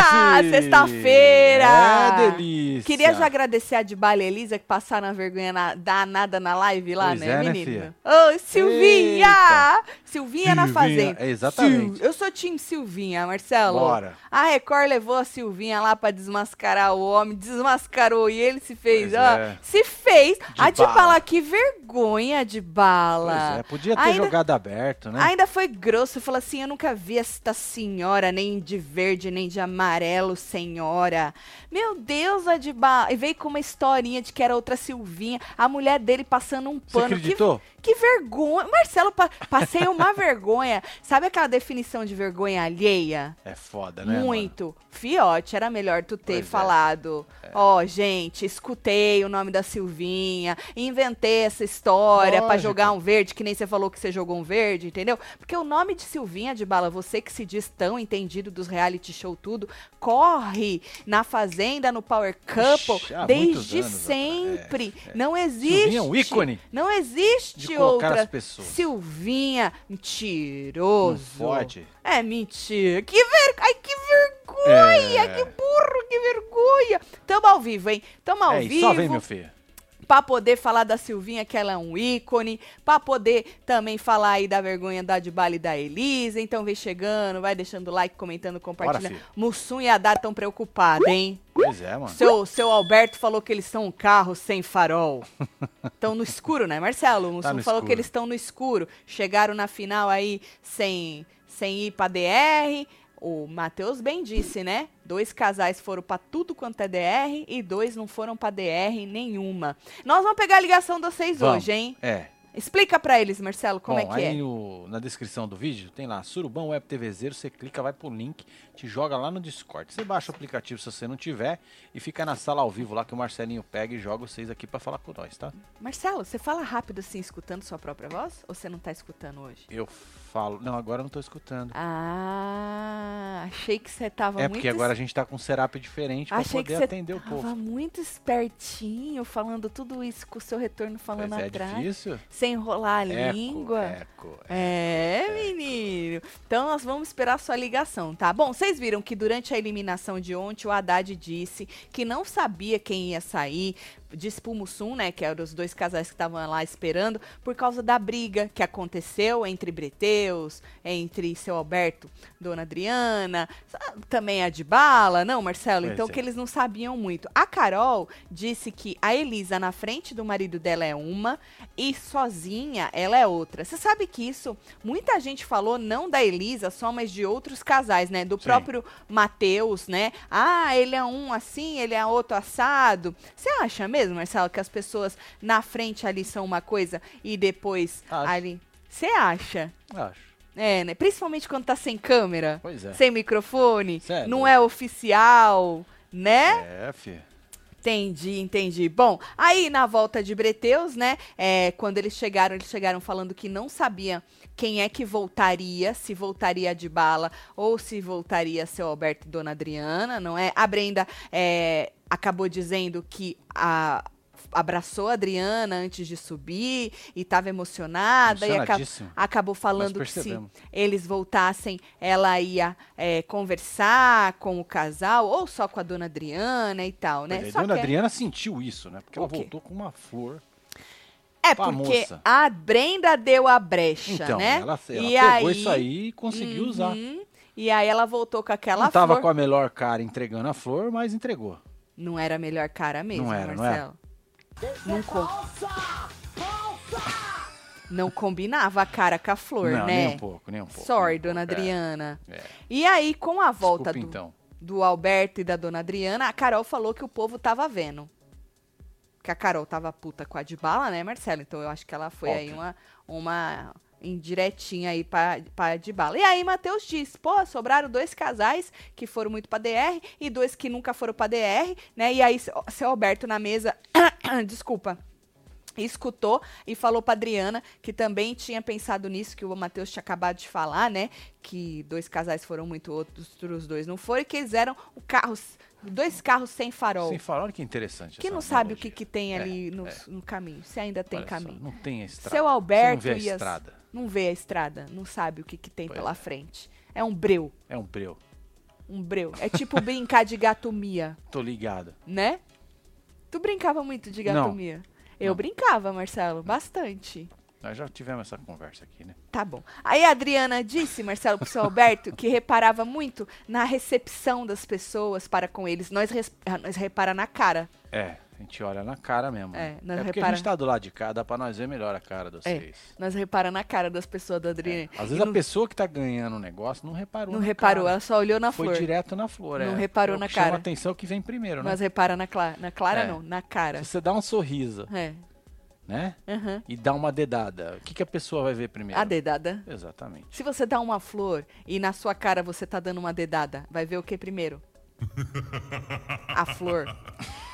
Ah, sexta-feira! É, delícia! Queria já agradecer a de baile Elisa que passaram a vergonha na, danada na live lá, Pois né, é, né, menina? fia? Ô, Silvinha! Silvinha! na Silvinha, fazenda. é, exatamente. Sil- Eu sou time Silvinha, Marcelo. Bora. A Record levou a Silvinha lá pra desmascarar o homem, desmascarou e ele se fez, Pois ó. é. Se fez. Ah, a de bala. bala, que vergonha de bala. Pois é, podia ter Ainda- jogado aberto, né? Ainda foi grosso, falou assim: eu nunca vi esta senhora, nem de verde, nem de amarelo, senhora. Meu Deus, a de ba... E veio com uma historinha de que era outra Silvinha, a mulher dele passando um Você pano. Que, acreditou? que vergonha. Marcelo, pa- passei uma vergonha. Sabe aquela definição de vergonha alheia? É foda, né? Muito. Fiote, era melhor tu ter Pois é. falado. Ó, gente, escutei o nome da Silvinha, inventei essa história pra Lógico. jogar um verde, que nem você falou que você jogou um verde, entendeu? Porque o nome de Silvinha de bala, você que se diz tão entendido dos reality show tudo, corre na fazenda, no Power Couple, Ixi, há muitos desde anos atrás. sempre. Não existe. Silvinha é um ícone. Não De existe colocar outra. as pessoas. Silvinha, mentiroso. forte. É mentira. Que ver... Ai, que vergonha! É. Que burro, que vergonha! Tamo ao vivo, hein? Tamo ao é, e vivo só vem, meu filho. pra poder falar da Silvinha, que ela é um ícone, pra poder também falar aí da vergonha da de e da Elisa. Então vem chegando, vai deixando like, comentando, compartilhando. filho. Mussum e a Dá tão preocupados, hein? Pois é, mano. Seu, seu Alberto falou que eles são um carro sem farol. Estão no escuro, né, Marcelo? O Mussum Tá no falou que escuro. eles estão no escuro. Chegaram na final aí sem, sem ir pra DR. O Matheus bem disse, né? Dois casais foram pra tudo quanto é DR e dois não foram pra DR nenhuma. Nós vamos pegar a ligação de vocês Vamos. hoje, hein? É. Explica pra eles, Marcelo, como Bom, é que aí é. no- na descrição do vídeo tem lá Surubão Web TV Zero, você clica, vai pro link, te joga lá no Discord. Você baixa o aplicativo se você não tiver e fica na sala ao vivo lá que o Marcelinho pega e joga vocês aqui pra falar com nós, tá? Marcelo, você fala rápido assim, escutando sua própria voz? Ou você não tá escutando hoje? Eu falo. Não, agora eu não tô escutando. Ah, achei que você tava é muito porque agora a gente tá com um setup diferente pra Achei que poder você atender o Tava povo. muito espertinho, falando tudo isso com o seu retorno falando Mas é atrás. difícil? Sem enrolar a Eco, língua. É. eco. menino. Então nós vamos esperar a sua ligação, tá? Bom, vocês viram que durante a eliminação de ontem o Haddad disse que não sabia quem ia sair, disse pro Mussum, né, que eram os dois casais que estavam lá esperando, por causa da briga que aconteceu entre Breteus, entre seu Alberto, Dona Adriana, sa- também a de bala, não, Marcelo? Pois então é. que eles não sabiam muito. A Carol disse que a Elisa na frente do marido dela é uma e sozinha ela é outra. Você sabe que isso muita gente falou não da Elisa só, mas de outros casais, né? Do Sim. próprio Matheus, né? Ah, ele é um assim, ele é outro assado. Você acha mesmo, Marcelo, que as pessoas na frente ali são uma coisa e depois Acho. ali. Você acha? Acho. É, né? Principalmente quando tá sem câmera, Pois é. sem microfone, Cê é não louco. é oficial, né? É, fi. Entendi, entendi. Bom, aí na volta de Breteus, né? é, quando eles chegaram, eles chegaram falando que não sabia quem é que voltaria, se voltaria de bala ou se voltaria seu Alberto e Dona Adriana, não é? A Brenda é, acabou dizendo que a- abraçou a Adriana antes de subir e estava emocionada e acabou Emocionadíssimo. acabou falando que Nós se percebemos. eles voltassem, ela ia é, conversar com o casal ou só com a dona Adriana e tal, né? Pois é, Só dona que é- Adriana sentiu isso, né? Porque O ela quê? voltou com uma flor. é pra porque moça. a Brenda deu a brecha, Então, né? ela, ela E pegou aí- isso aí e conseguiu usar. Uhum. E aí ela voltou com aquela não tava flor. com a melhor cara entregando a flor, mas entregou. Não era a melhor cara mesmo, Não era, não era? Marcelo. Não, co- Não combinava a cara com a flor, não, né? nem um pouco, nem um pouco. Sorry, nem um dona pouco, é. Adriana. É. E aí, com a volta Desculpa, do, então. do Alberto e da dona Adriana, a Carol falou que o povo tava vendo. Que a Carol tava puta com a de bala, né, Marcelo? Então eu acho que ela foi aí Óbvio. uma, uma indiretinha aí pra, pra de bala. E aí, Matheus diz: pô, sobraram dois casais que foram muito pra DR e dois que nunca foram pra DR, né? E aí, seu- seu Alberto na mesa. Desculpa escutou e falou pra Adriana, que também tinha pensado nisso, que o Matheus tinha acabado de falar, né? Que dois casais foram muito, outros dois não foram, e que eles eram o carro, dois carros sem farol. Sem falar, olha que interessante. que essa não sabe o que, analogia. que tem É, ali no, no caminho, se ainda tem Olha só, caminho. não tem a estrada. Seu Alberto Você não vê e a as- estrada. Não vê a estrada, não sabe o que, que tem Pois pela é. frente. É um breu. É um breu. um breu. É tipo brincar de gatomia, Tô ligado. né? Tu brincava muito de gatomia? Eu Não. brincava, Marcelo, bastante. Nós já tivemos essa conversa aqui, né? Tá bom. Aí a Adriana disse, Marcelo, pro seu Alberto, que reparava muito na recepção das pessoas para com eles. Nós, res- ah, nós repara na cara. É, a gente olha na cara mesmo. É, né? nós é porque a repara- gente tá do lado de cá, dá pra nós ver melhor a cara de vocês. É, Nós repara na cara das pessoas da É. Adriana. Às E vezes não- a pessoa que tá ganhando o negócio não reparou. Não na reparou, cara. ela só olhou na Foi flor. direto na flor, Não é. reparou É o na que cara. Chama a atenção que vem primeiro, né? Nós repara na Clara. Na Clara É. não, na cara. Se você dá um sorriso, É. né? Aham. E dá uma dedada, o que, que a pessoa vai ver primeiro? A dedada. Exatamente. Se você dá uma flor e na sua cara você tá dando uma dedada, vai ver o que primeiro? A flor.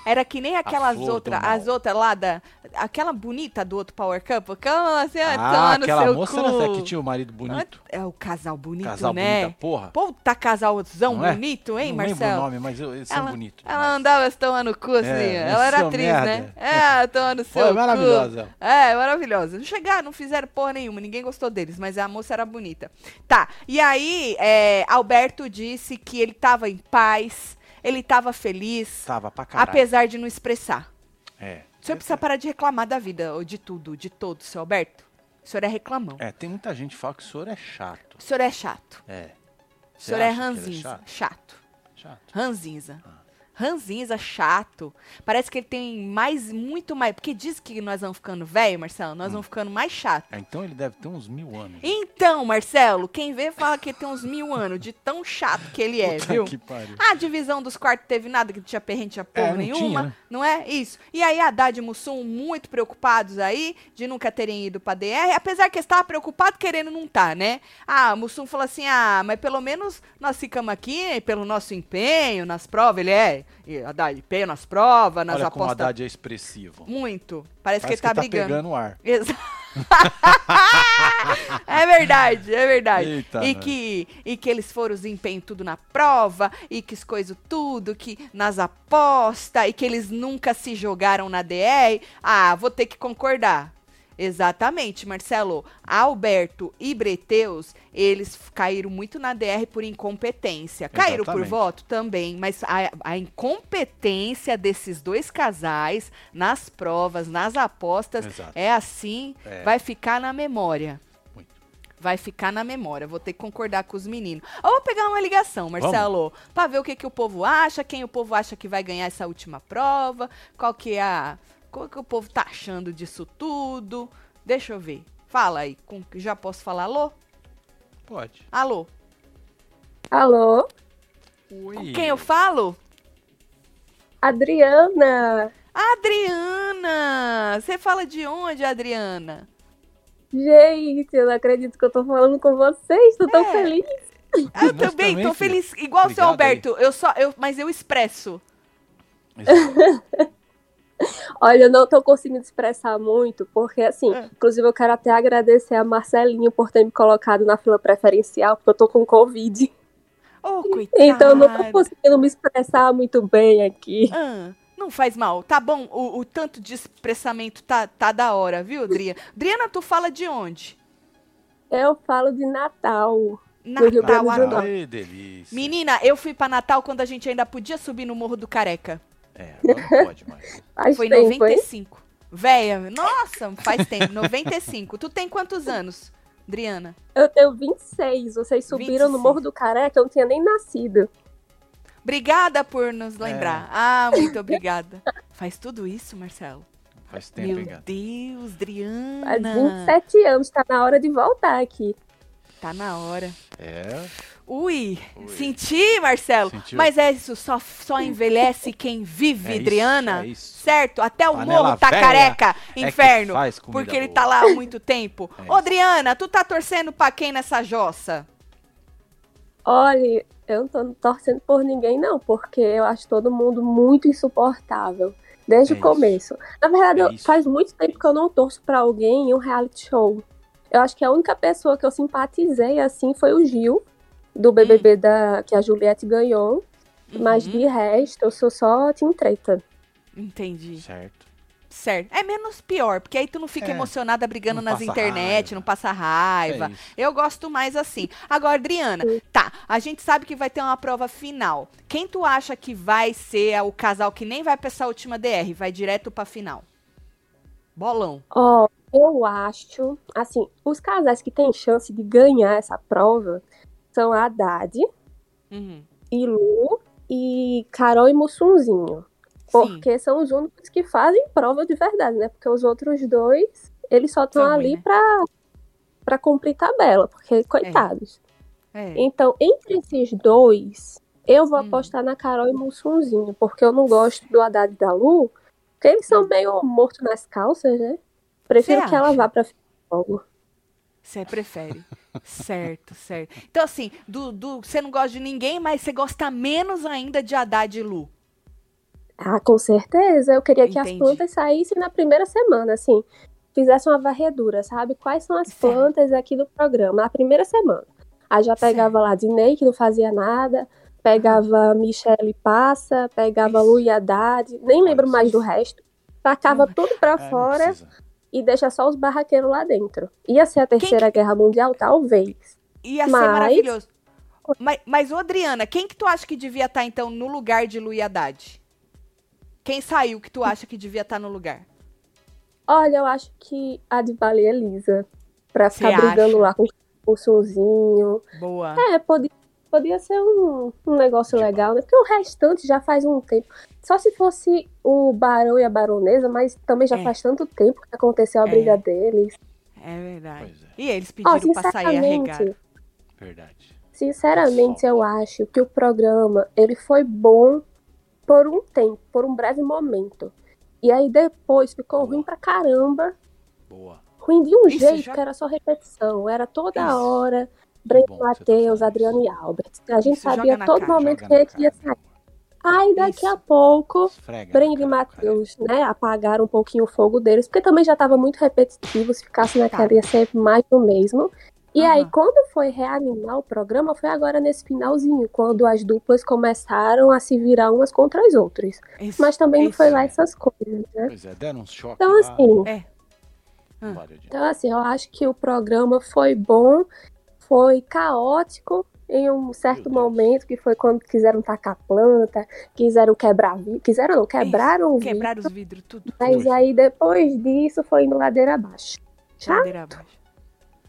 Era que nem aquelas flor do outras, mal. as outras lá da. Aquela bonita do outro Power Couple. que, ah, Assim, ah, ah, toma no aquela seu moça cu. era que tinha o marido bonito. Ah, É o casal bonito, casal né? bonita, porra. Puta casalzão Não é? bonito, hein, não lembro o Marcelo? nome, mas eu- eles são Ela, bonitos. ela demais. andava tomando cu, assim. É, ela era isso, atriz, né? merda. É, tomando seu Foi cu. maravilhosa. É, maravilhosa. Não chegaram, não fizeram porra nenhuma, ninguém gostou deles, mas a moça era bonita. Tá, e aí, é, Alberto disse que ele tava em paz, ele tava feliz, Tava pra Tá, caralho. apesar de não expressar. É. O senhor precisa parar de reclamar da vida, ou de tudo, de todo, seu Alberto. O senhor é reclamão. É, tem muita gente que fala que o senhor é chato. O senhor é chato. É. O Você senhor é acha que ele ranzinza. chato? chato. Chato. Ranzinza. Ranzinza, chato. Parece que ele tem mais, muito mais. Porque diz que nós vamos ficando velho, Marcelo, nós Hum. vamos ficando mais chato. Ah, Então ele deve ter uns mil anos. Então, Marcelo, quem vê fala que ele tem uns mil anos de tão chato que ele é, Puta viu? que pariu. A divisão dos quartos teve nada, que não tinha perrengue, não tinha porra É, não nenhuma. tinha, né? Não é? Isso. E aí, Haddad e Mussum, muito preocupados aí, de nunca terem ido pra DR, apesar que eles estavam preocupados querendo não tá, né? Ah, Mussum falou assim: ah, mas pelo menos nós ficamos aqui pelo nosso empenho, nas provas. Ele é, e, Haddad, empenho nas provas, nas Olha como o apostas. Haddad é expressivo. Muito. Parece, Parece Hum, que ele tá brigando. pegando o ar. Exa- é verdade, é verdade. Eita, e, nós. que, e que eles foram os empenho tudo na prova, e que as coisas tudo, que nas apostas, e que eles nunca se jogaram na DR. Ah, vou ter que concordar. Exatamente, Marcelo. Alberto e Breteus, eles f- caíram muito na DR por incompetência. Caíram por Exatamente. voto também, mas a, a incompetência desses dois casais nas provas, nas apostas, Exato. é assim, É. vai ficar na memória. Muito. Vai ficar na memória. Vou ter que concordar com os meninos. Eu vou pegar uma ligação, Marcelo, pra ver o que, que o povo acha, quem o povo acha que vai ganhar essa última prova, qual que é a. Qual que o povo tá achando disso tudo? Deixa eu ver. Fala aí. com- já posso falar alô? Pode. Alô? Alô, Oi. Com quem eu falo? Adriana! Adriana! Você fala de onde, Adriana? Gente, eu não acredito que eu tô falando com vocês, tô tão É. feliz. Ah, eu também, Nós também, tô filha. feliz. Igual o seu Obrigado aí. Alberto. Eu só, eu, mas eu expresso. Exato. Olha, eu não tô conseguindo expressar muito, porque assim, É. inclusive eu quero até agradecer a Marcelinho por ter me colocado na fila preferencial, porque eu tô com Covid. Ô, coitado. Então eu não tô conseguindo me expressar muito bem aqui. Ah, não faz mal. Tá bom, o, o tanto de expressamento tá, tá da hora, viu, Driana? Driana, tu fala de onde? Eu falo de Natal. Rio Natal, Grande do Natal. Norte. Ai, delícia. Menina, eu fui pra Natal quando a gente ainda podia subir no Morro do Careca. É, agora não pode mais. Faz Foi em tempo, hein? 95. Véia, nossa, faz tempo. 95. Tu tem quantos anos, Driana? Eu tenho 26, vocês subiram 26. no Morro do Careca, eu não tinha nem nascido. Obrigada por nos lembrar. Ah, muito obrigada. Faz tudo isso, Marcelo? Faz tempo, Meu hein, gato? Deus, Driana. Faz 27 anos, tá na hora de voltar aqui. Tá na hora. É. Ui, Ui. senti, Marcelo. Sentiu? Mas é isso, só, só envelhece quem vive, É isso, Adriana. é isso. Certo? Até o Panela morro tá velha é careca, que inferno. faz comida porque ele boa. tá lá há muito tempo. É Ô, isso. Adriana, tu tá torcendo pra quem nessa jossa? Olha, eu não tô torcendo por ninguém, não, porque eu acho todo mundo muito insuportável. Desde É o começo. Na verdade, É eu- isso. faz muito tempo que eu não torço pra alguém em um reality show. Eu acho que a única pessoa que eu simpatizei assim foi o Gil, do Hum. BBB da, que a Juliette ganhou. Mas Uhum, de resto, eu sou só Team Treta. Entendi. Certo. certo. É menos pior, porque aí tu não fica É. emocionada brigando Não nas passa internet, raiva. não passa É raiva. isso. Eu gosto mais assim. Agora, Adriana, tá, a gente sabe que vai ter uma prova final. Quem tu acha que vai ser o casal que nem vai pra essa última DR, vai direto pra final? Bolão. Ó, eu acho, assim, os casais que têm chance de ganhar essa prova são a Haddad Uhum. e Lu e Carol e Mussunzinho. Sim. Porque são os únicos que fazem prova de verdade, né? Porque os outros dois, eles só estão São ruim, ali né? pra, pra cumprir tabela, porque coitados. É. Então, entre esses dois, eu vou Hum. apostar na Carol e Mussunzinho, porque eu não gosto do Haddad e da Lu, porque eles são meio mortos nas calças, né? Prefiro Hum. Cê que ela acha? vá pra logo. Você prefere. certo, certo. Então, assim, do, do, você não gosta de ninguém, mas você gosta menos ainda de Haddad e Lu. Ah, com certeza. Eu queria que as Entendi. plantas saíssem na primeira semana, assim. Fizesse uma varredura, sabe? Quais são as Certo. plantas aqui do programa, na primeira semana. Aí já pegava lá Dinei, que não fazia nada. Pegava Michele Passa, pegava Isso. Lu e Haddad. Nem Olha lembro só. mais do resto. Tacava Não, tudo pra É, não fora precisa. e deixa só os barraqueiros lá dentro. Ia ser a Terceira Guerra Mundial, talvez. Ia ser Mas- maravilhoso. Mas, mas, ô, Adriana, quem que tu acha que devia estar, então, no lugar de Lu e Haddad? Quem saiu que tu acha que devia estar no lugar? Olha, eu acho que a de Vale Elisa. Pra Cê ficar brigando acha? lá com o Sonzinho. Boa. É, podia, podia ser um, um negócio Tipo. legal, né? Porque o restante já faz um tempo. Só se fosse o barão e a baronesa, mas também já É. faz tanto tempo que aconteceu a briga deles. É verdade. Pois é, E eles pediram Ó, pra sair arregado. sinceramente, verdade. sinceramente, Só. eu acho que o programa, ele foi bom por um tempo, por um breve momento. E aí depois ficou ruim pra caramba. Boa. Ruim de um Isso jeito já- que era só repetição. Era toda Isso. hora. Breno bom que você tá Matheus, falando Adriano e isso. Albert. A gente Isso, sabia joga na a todo cara, momento Joga que na ele ia cara, sair. meu amor. Aí daqui Isso. a pouco, Esfrega na Brenda e cara do Matheus, né, apagaram um pouquinho o fogo deles, porque também já tava muito repetitivo, se ficasse naquela ia ser mais do mesmo. E Aham. aí, quando foi reanimar o programa, foi agora nesse finalzinho, quando as duplas começaram a se virar umas contra as outras. Isso, Mas também não isso. foi lá essas coisas, cara. né? Pois é, deram um choque. Então, lá, assim, não valeu de nada. então, assim, eu acho que o programa foi bom, foi caótico em um certo Deus. momento, que foi quando quiseram tacar planta, quiseram quebrar, vi- quiseram não, quebraram o vidro. Quebraram os vidros, tudo. Mas Foi. aí depois disso foi indo ladeira abaixo. Chato. Ladeira abaixo.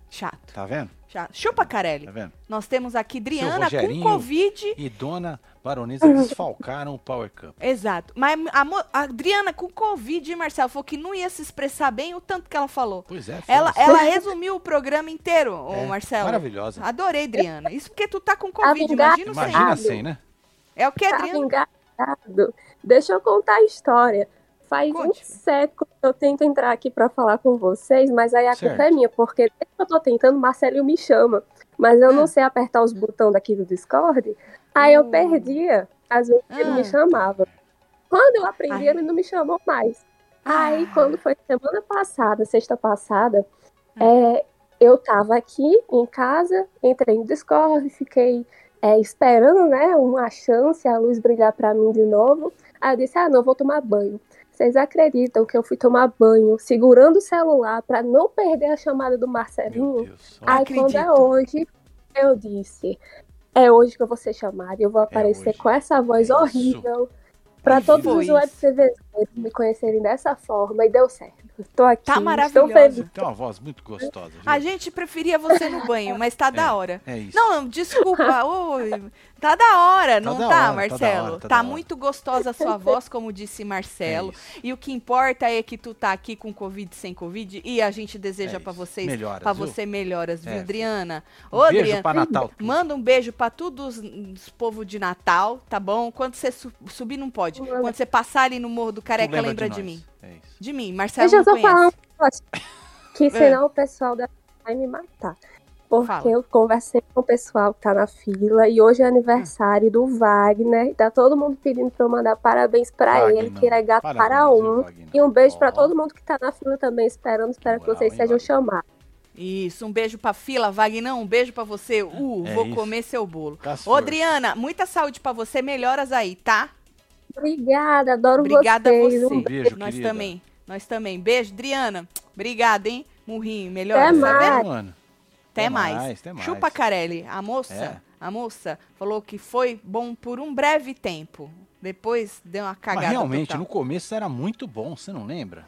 Chato, Tá vendo? chato. Chupa, Carelli. Tá vendo? Nós temos aqui Driana com Rogerinho. Covid. E Dona Baronesa Uhum. desfalcaram o Power Cup. Exato. Mas a, mo- a Adriana, com Covid, Marcelo, falou que não ia se expressar bem o tanto que ela falou. Pois é, Ela, foda-se. ela resumiu o programa inteiro, ô É, Marcelo. Maravilhosa. Adorei, Adriana. Isso porque tu tá com Covid, vingança- imagina o sem. Imagina sabe. sem, né? É o que, Tava Adriana? engasgado. Tá Deixa eu contar a história. Faz um Conte. século que eu tento entrar aqui pra falar com vocês, mas aí a culpa Certo. é minha, porque desde que eu tô tentando, Marcelinho me chama. Mas eu Ah. não sei apertar os botões daqui do Discord, aí eu Hum. perdia. Às vezes ele Ah. me chamava. Quando eu aprendi, Ai. ele não me chamou mais. Aí, Ah. quando foi semana passada, sexta passada, é, eu tava aqui em casa, entrei no Discord, fiquei é, esperando, né, uma chance, a luz brilhar pra mim de novo. Aí eu disse, ah, não, vou tomar banho. Vocês acreditam que eu fui tomar banho segurando o celular pra não perder a chamada do Meu Marcelinho? Deus. Ai, Aí, quando é hoje, eu disse, é hoje que eu vou ser chamada, eu vou aparecer É hoje. com essa voz É isso. horrível. Pra todos Pois. os web TVs me conhecerem dessa forma e deu certo. Tô aqui, Tá estou feliz. maravilhosa. Tem uma voz muito gostosa. viu? A gente preferia você no banho, mas tá da hora. É isso. Não, desculpa. Oi. tá da hora, não tá, da hora, tá da hora, Marcelo? Tá, tá da hora. É muito gostosa a sua voz, como disse Marcelo. E o que importa é que tu tá aqui com Covid sem Covid e a gente deseja É pra isso. vocês, Melhoras, pra viu? você melhoras, viu, É. Adriana? Ô, Um beijo Adriana, pra Natal. tudo. manda um beijo pra todos os povos de Natal, tá bom? Quando você su- subir não pode. Manda. Quando você passar ali no morro do Tu Careca, lembra, de, nós. mim. É isso. De mim, Marcelo Deixa eu não só conhece. É. falar um negócio, que senão o pessoal da vai me matar. Porque Fala. eu conversei com o pessoal que tá na fila e hoje é aniversário do Wagner. E tá todo mundo pedindo pra eu mandar parabéns pra ele, Wagner. que ele é gato Parabéns, para viu, um. Wagner? E um beijo pra Ó, todo mundo que tá na fila também, esperando, espero que moral, vocês hein, sejam Wagner? chamados. Isso, um beijo pra fila, Vagnão, um beijo pra você. Uh, É vou isso. comer seu bolo. das Ô, flores. Adriana, muita saúde pra você, melhoras aí, tá? Obrigada, adoro Obrigada a vocês. você. Um beijo, Nós querida. também. Nós também. Beijo, Driana. Obrigada, hein? Murrinho, melhor. Até Tá mais. vendo? mano. Até mais. Até mais. Chupa, Carelli. A moça, É. a moça falou que foi bom por um breve tempo. Depois deu uma cagada Mas realmente, total. no começo era muito bom, você não lembra?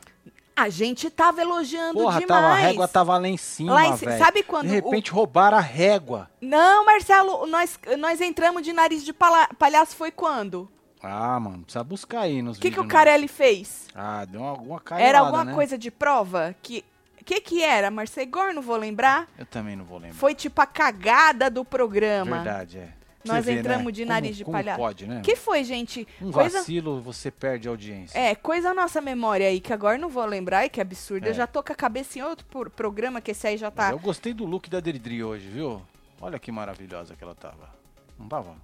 A gente tava elogiando Porra, demais. tava, a régua tava lá em Lá em cima, ci- velho. Sabe quando De o repente roubaram a régua. Não, Marcelo, nós, nós entramos de nariz de pala- palhaço foi quando? Ah, mano, precisa buscar aí nos O que, que vídeos, o né? Carelli fez? Ah, deu uma- alguma caída. Era alguma né? coisa de prova? Que que, que era, Marcegor? Não vou lembrar. Eu também não vou lembrar. Foi tipo a cagada do programa. Verdade, é. Nós Você vê, entramos né? de nariz Como- de como palhaço. pode, né? Que foi, gente? Um coisa vacilo, você perde a audiência. É, coisa nossa memória aí, que agora eu não vou lembrar, e que absurdo. Eu É. já tô com a cabeça em outro por- programa, que esse aí já Mas tá. Eu gostei do look da Dridri hoje, viu? Olha que maravilhosa que ela tava. Não tava?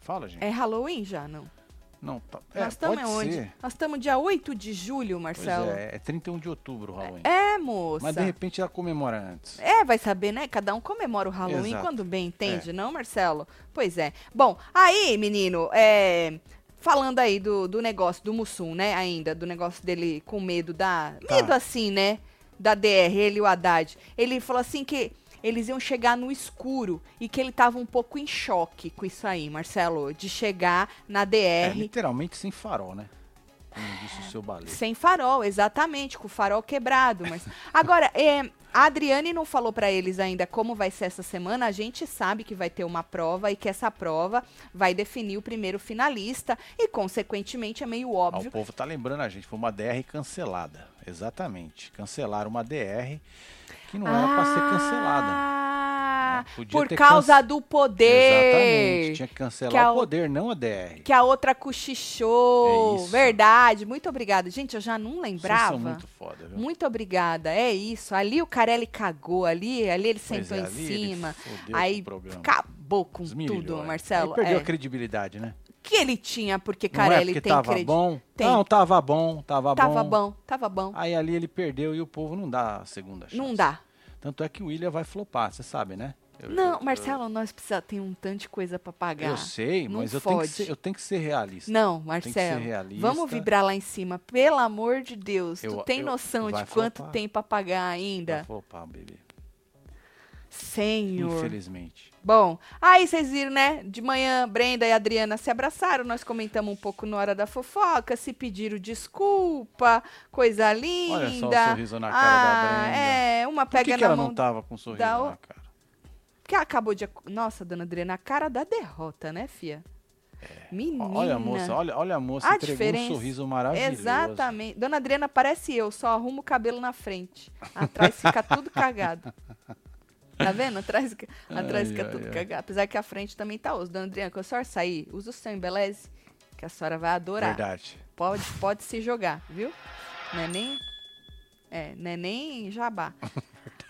Fala, gente. É Halloween já, não? Não, tá... é, Nós estamos pode ser. onde? Nós estamos dia 8 de julho, Pois Marcelo. é, é 31 de outubro o Halloween. É, moça. Mas de repente ela comemora antes. É, vai saber, né? Cada um comemora o Halloween Exato. É. quando bem entende, não, Marcelo? Pois é. Bom, aí, menino, é, falando aí do, do negócio do Mussum, né? Ainda, do negócio dele com medo da. Tá. Medo assim, né? Da DR, ele e o Haddad. Ele falou assim que eles iam chegar no escuro e que ele tava um pouco em choque com isso aí, Marcelo, de chegar na DR. É, literalmente sem farol, né? Como disse o seu baleiro. Sem farol, exatamente, com o farol quebrado. Mas agora, é, a Adriane não falou pra eles ainda como vai ser essa semana. A gente sabe que vai ter uma prova e que essa prova vai definir o primeiro finalista e, consequentemente, é meio Ah, o óbvio. povo tá lembrando a gente, foi uma DR cancelada. Exatamente. Cancelaram uma DR que não era pra ser cancelada. Ah, É, podia por ter causa cance- do poder. Exatamente. Tinha que cancelar Que a o o- poder, não a DR. Que a outra cochichou. É isso. Verdade. Muito obrigada. Gente, eu já não Vocês lembrava. são muito foda, viu? Muito obrigada. É isso. Ali o Carelli cagou ali, ali ele Pois sentou é, em ali ele cima. fodeu com Aí o programa. acabou com Desmilhou, tudo, é. Marcelo. Aí perdeu a é. credibilidade, né? Que ele tinha, porque Não é Carelli porque tem tava crédito. bom. Tem. Não, tava bom, tava, Tava bom. Ah, bom, tava bom. Aí ali ele perdeu e o povo não dá a segunda chance. Não dá. Tanto é que o William vai flopar, você sabe, né? Eu- Não, eu- Marcelo, nós precisamos. Tem um tanto de coisa pra pagar. Eu sei, Não mas eu tenho, que fode. ser, eu tenho que ser realista. Não, que ser Marcelo. realista. Vamos vibrar lá em cima. Pelo amor de Deus. Eu- tu tem eu- noção de vai quanto flopar. tem pra pagar Vai ainda? flopar, bebê. Senhor. Infelizmente. Bom, aí vocês viram, né? De manhã, Brenda e Adriana se abraçaram, nós comentamos um pouco na hora da fofoca, se pediram desculpa, coisa linda. Olha só o sorriso na cara da Ah, Brenda. É, uma Por pega que, que na ela mão. não tava com um sorriso da o- na cara? Porque ela acabou de. ac- Nossa, dona Adriana, a cara da derrota, né, fia? Menina. Ó, É. Olha a moça, olha, olha a moça, A entregou diferença- um sorriso maravilhoso. Exatamente. Dona Adriana parece eu, só arrumo o cabelo na frente. Atrás fica tudo cagado. Tá vendo? Atrás, fica- atrás Ai, fica ai, tudo ai. cagado. Apesar que a frente também tá osso. Dona Adriana, quando a senhora sair, usa o seu embeleze, que a senhora vai adorar. Verdade. Pode, pode se jogar, viu? Não é nem. É, não é nem jabá.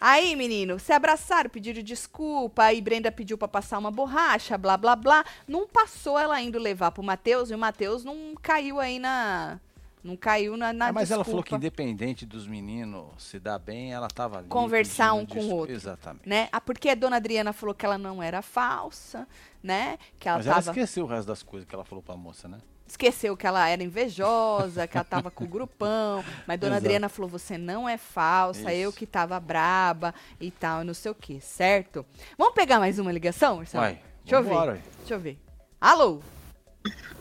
Aí, menino, se abraçaram, pediram desculpa, aí Brenda pediu pra passar uma borracha, blá, blá, blá. Não passou ela indo levar pro Matheus, e o Matheus não caiu aí na... Não caiu na, na Ah, mas ela falou que desculpa, independente dos meninos se dar bem, ela tava ali. Conversar pedindo um com o desculpa. outro. Exatamente. Né? Ah, porque a dona Adriana falou que ela não era falsa, né? Que ela mas tava... ela esqueceu o resto das coisas que ela falou pra moça, né? esqueceu que ela era invejosa, que ela tava com o grupão, mas dona Exato. Adriana falou: você não é falsa, eu Isso. que tava braba e tal, e não sei o que, certo? Vamos pegar mais uma ligação, Marcelo? Vai. Deixa eu vambora, ver. ué. Deixa eu ver. Alô?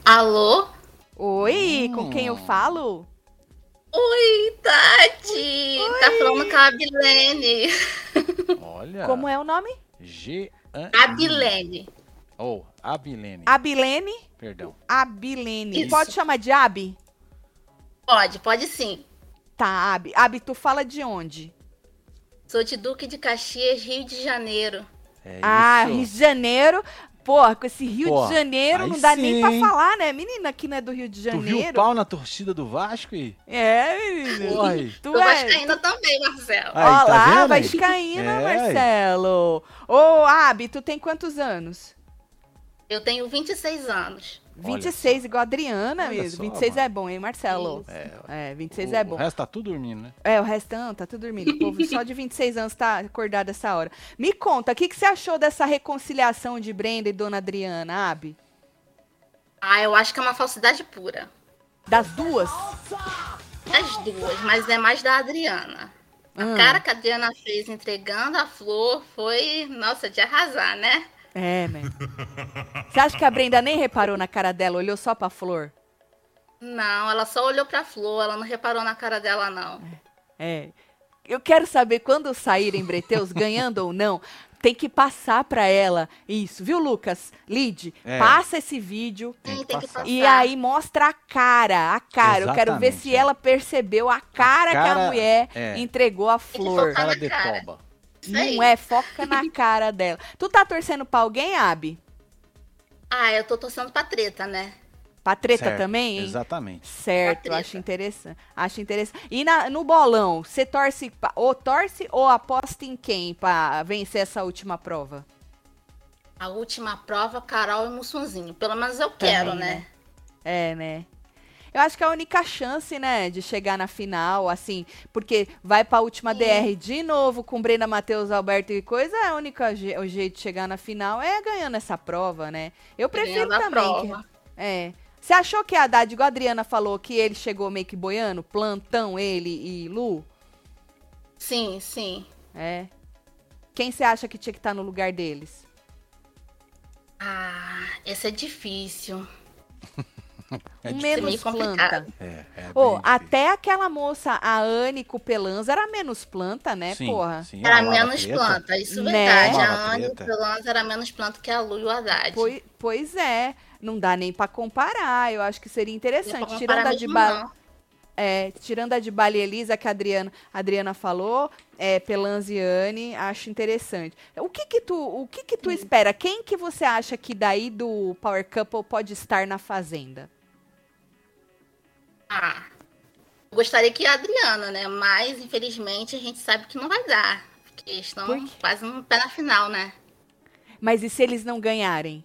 Alô? Oi, com quem eu Hum. falo? Oi, Tati! Tá falando com a Bilene. Olha. Como é o nome? G. A Bilene. Ou Abilene. Abilene? Perdão. Abilene. Isso. Pode chamar de Abi? Pode, pode sim. Tá, Abi. Abi, tu fala de onde? Sou de Duque de Caxias, Rio de Janeiro. É ah, Rio isso. de Janeiro. Porra, com esse Rio Porra, de Janeiro aí não dá nem pra sim. falar, né? Menina, aqui não é do Rio de Tu viu o Janeiro. pau na torcida do Vasco e. É, menino. Corre. Tu Eu gosto é. ainda também, Marcelo. Aí, tá Olá, vendo aí? Vascaína, É. né, Marcelo. Ô, Abi, tu tem quantos anos? Eu tenho 26 anos. Olha 26, igual a Adriana Olha mesmo. só, 26 mano. é bom, hein, Marcelo? Isso. É, 26 o, é O bom. resto tá tudo dormindo, né? É, o restante tá tudo dormindo. O povo só de 26 anos tá acordado essa hora. Me conta, o que, que você achou dessa reconciliação de Brenda e Dona Adriana, Abi? Ah, eu acho que é uma falsidade pura. Das duas? As duas, mas é mais da Adriana. A Hum. cara que a Adriana fez entregando a flor foi, nossa, de arrasar, né? É, man. Você acha que a Brenda nem reparou na cara dela, olhou só pra flor? Não, ela só olhou pra flor, ela não reparou na cara dela, não. É. Eu quero saber quando saírem Breteus, ganhando ou não, tem que passar pra ela isso, viu, Lucas? Lid, É. passa esse vídeo Tem que Hum, tem que passar. passar. e aí mostra a cara, a cara. Eu quero ver Exatamente, se é. ela percebeu a cara, que cara- a mulher é. entregou a que flor. focar Cara na de cara. toba. Isso aí. Não é, foca na cara dela. Tu tá torcendo pra alguém, Abi? Ah, eu tô torcendo pra treta, né? Pra treta Certo, também, hein? Exatamente. Certo, Pra acho treta. interessante. Acho interessante. E na- no bolão, você torce pa- ou torce ou aposta em quem pra vencer essa última prova? A última prova, Carol e Mussunzinho. Pelo menos eu quero, Também, né? É, né? Eu acho que é a única chance, né, de chegar na final, assim, porque vai pra última Sim. DR de novo com Brenda Matheus, Alberto e coisa, é a única je- o jeito de chegar na final é ganhando essa prova, né? Eu prefiro Ganhando a também. que- prova. é. Você achou que a Haddad, igual a Adriana falou, que ele chegou meio que boiando, plantão ele e Lu? Sim, sim. É. Quem você acha que tinha que estar no lugar deles? Ah, esse é difícil. É Um difícil. menos meio complicado. planta. É, é Ô, bem difícil. até aquela moça, a Anne Cupelanza, era menos planta, né, Sim, porra? sim, Era a Lava menos Preta. planta, isso é Né? verdade. Lava A Anne Preta. pelo menos era menos planta que a Lu e o Haddad. Pois, pois é, não dá nem pra comparar. Eu acho que seria Não dá pra interessante. comparar Tirando a, de mesmo, ba... não. é, tirando a de Bali Elisa, que a Adriana, a Adriana falou, é, Pelanza e Anne, acho interessante. O que que tu, o que que tu espera? Quem que você acha que daí do Power Couple pode estar na Fazenda? Ah, eu gostaria que a Adriana, né? Mas infelizmente a gente sabe que não vai dar. Porque estão Por quê? quase no pé na final, né? Mas e se eles não ganharem?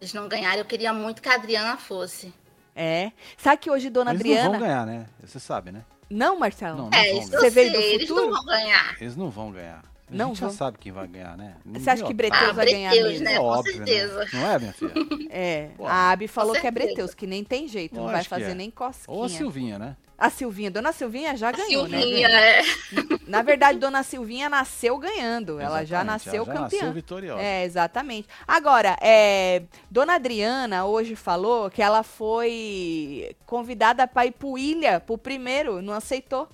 Eles não ganharam, eu queria muito que a Adriana fosse. É. Sabe que hoje Dona Eles Adriana. não vão ganhar, né? Você sabe, né? Não, Marcelo? Não, não É, vão isso ganhar. eu Você veio sei, do eles não futuro? vão ganhar. Eles não vão ganhar. A Não gente vão. já sabe quem vai ganhar, né? Você acha que Breteus Ah, vai ganhar Breteus, mesmo? né? É Com óbvio, né? certeza. Não é, minha filha? É, Pô, a Abi falou que é certeza. Breteus, que nem tem jeito, não Eu vai acho que fazer é. nem Ou a cosquinha. Silvinha, né? A Silvinha, Dona Silvinha já ganhou, né? Silvinha, Assim, é. Na verdade, Dona Silvinha nasceu ganhando, ela já Exatamente, nasceu Ela já nasceu campeã. vitoriosa. É, exatamente. Agora, é, Dona Adriana hoje falou que ela foi convidada pra ir pro Ilha, pro primeiro, não aceitou.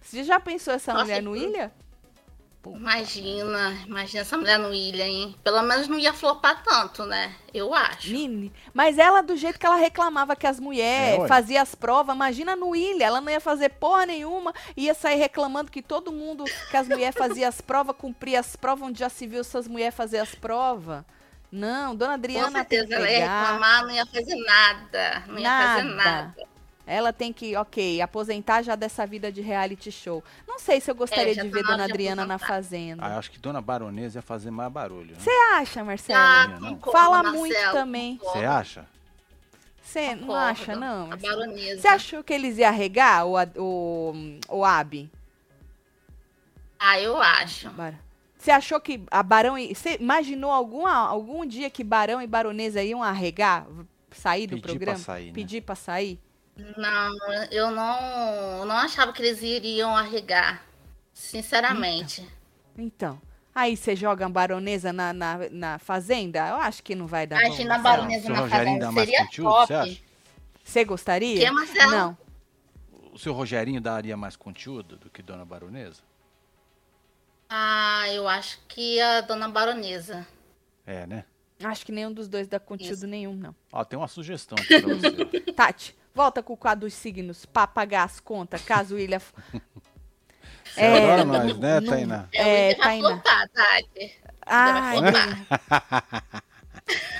Você já pensou essa Não mulher no aceitou. Ilha? Imagina, imagina essa mulher no Ilha, hein? Pelo menos não ia flopar tanto, né? Eu acho. Mini. Mas ela, do jeito que ela reclamava que as É, mulheres olha. faziam as provas, imagina no Ilha, ela não ia fazer porra nenhuma, ia sair reclamando que todo mundo, que as mulheres faziam as provas, cumpria as provas, onde já se viu essas mulheres fazer as provas. Não, dona Com Adriana tem que certeza, ela ia pegar. reclamar, não ia fazer nada. Não ia fazer Nada. nada. Ela tem que, ok, aposentar já dessa vida de reality show. Não sei se eu gostaria É, já de tá ver na hora Dona de Adriana na aposentar. Fazenda. Ah, eu acho que Dona Baronesa ia fazer mais barulho. né? Você é acha, Marcelo? Ah, não. concordo, Fala Marcelo, muito também. Você concordo, acha? Você não concordo. acha, não? A baronesa. Você achou que eles iam arregar o, Ad- o, o Abi? Ah, eu acho. Bara- Você achou que a Barão e. Você imaginou alguma, algum dia que Barão e Baronesa iam arregar? Sair do Pedir pra programa? sair, né? Pedir pra sair? Não, eu não, eu não achava que eles iriam arregar. Sinceramente. Então. Aí você joga a baronesa na, na, na fazenda? Eu acho que não vai dar. Imagina a bom, Marcelo. baronesa É, Seu na Rogerinho dá fazenda. mais Seria conteúdo, você acha? top. Você gostaria? Que, Marcelo? Não. O seu Rogerinho daria mais conteúdo do que Dona Baronesa? Ah, eu acho que a dona baronesa. É, né? Acho que nenhum dos dois dá conteúdo Isso. nenhum, não. Ó, tem uma sugestão aqui pra você. Tati, volta com o quadro dos signos pra pagar as contas, caso o Ilha. Você adora nós, né, Tainá? É, eu ia Tainá. flopar, Tati. Ai, Agora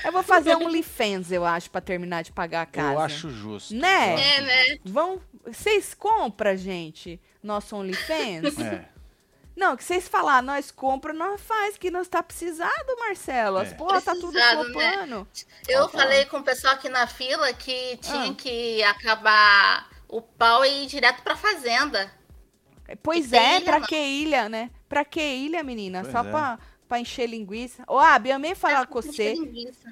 eu vou fazer um OnlyFans, eu acho, pra terminar de pagar a casa. Eu acho justo. Né? Eu acho É, né? Vão, vocês compram, gente, nosso OnlyFans? né? justo. É. Não, que vocês falar, nós compra, nós faz, que nós tá precisado, Marcelo. As É. porra tá tudo Precisado, né? flopando. Eu Opa. falei com o pessoal aqui na fila que tinha Ah. que acabar o pau e ir direto pra fazenda. Pois E tem é, ilha, pra não. que ilha, né? Pra que ilha, menina? Pois Só é. pra, pra encher linguiça. Ô, Abi, amei falar com você. Muito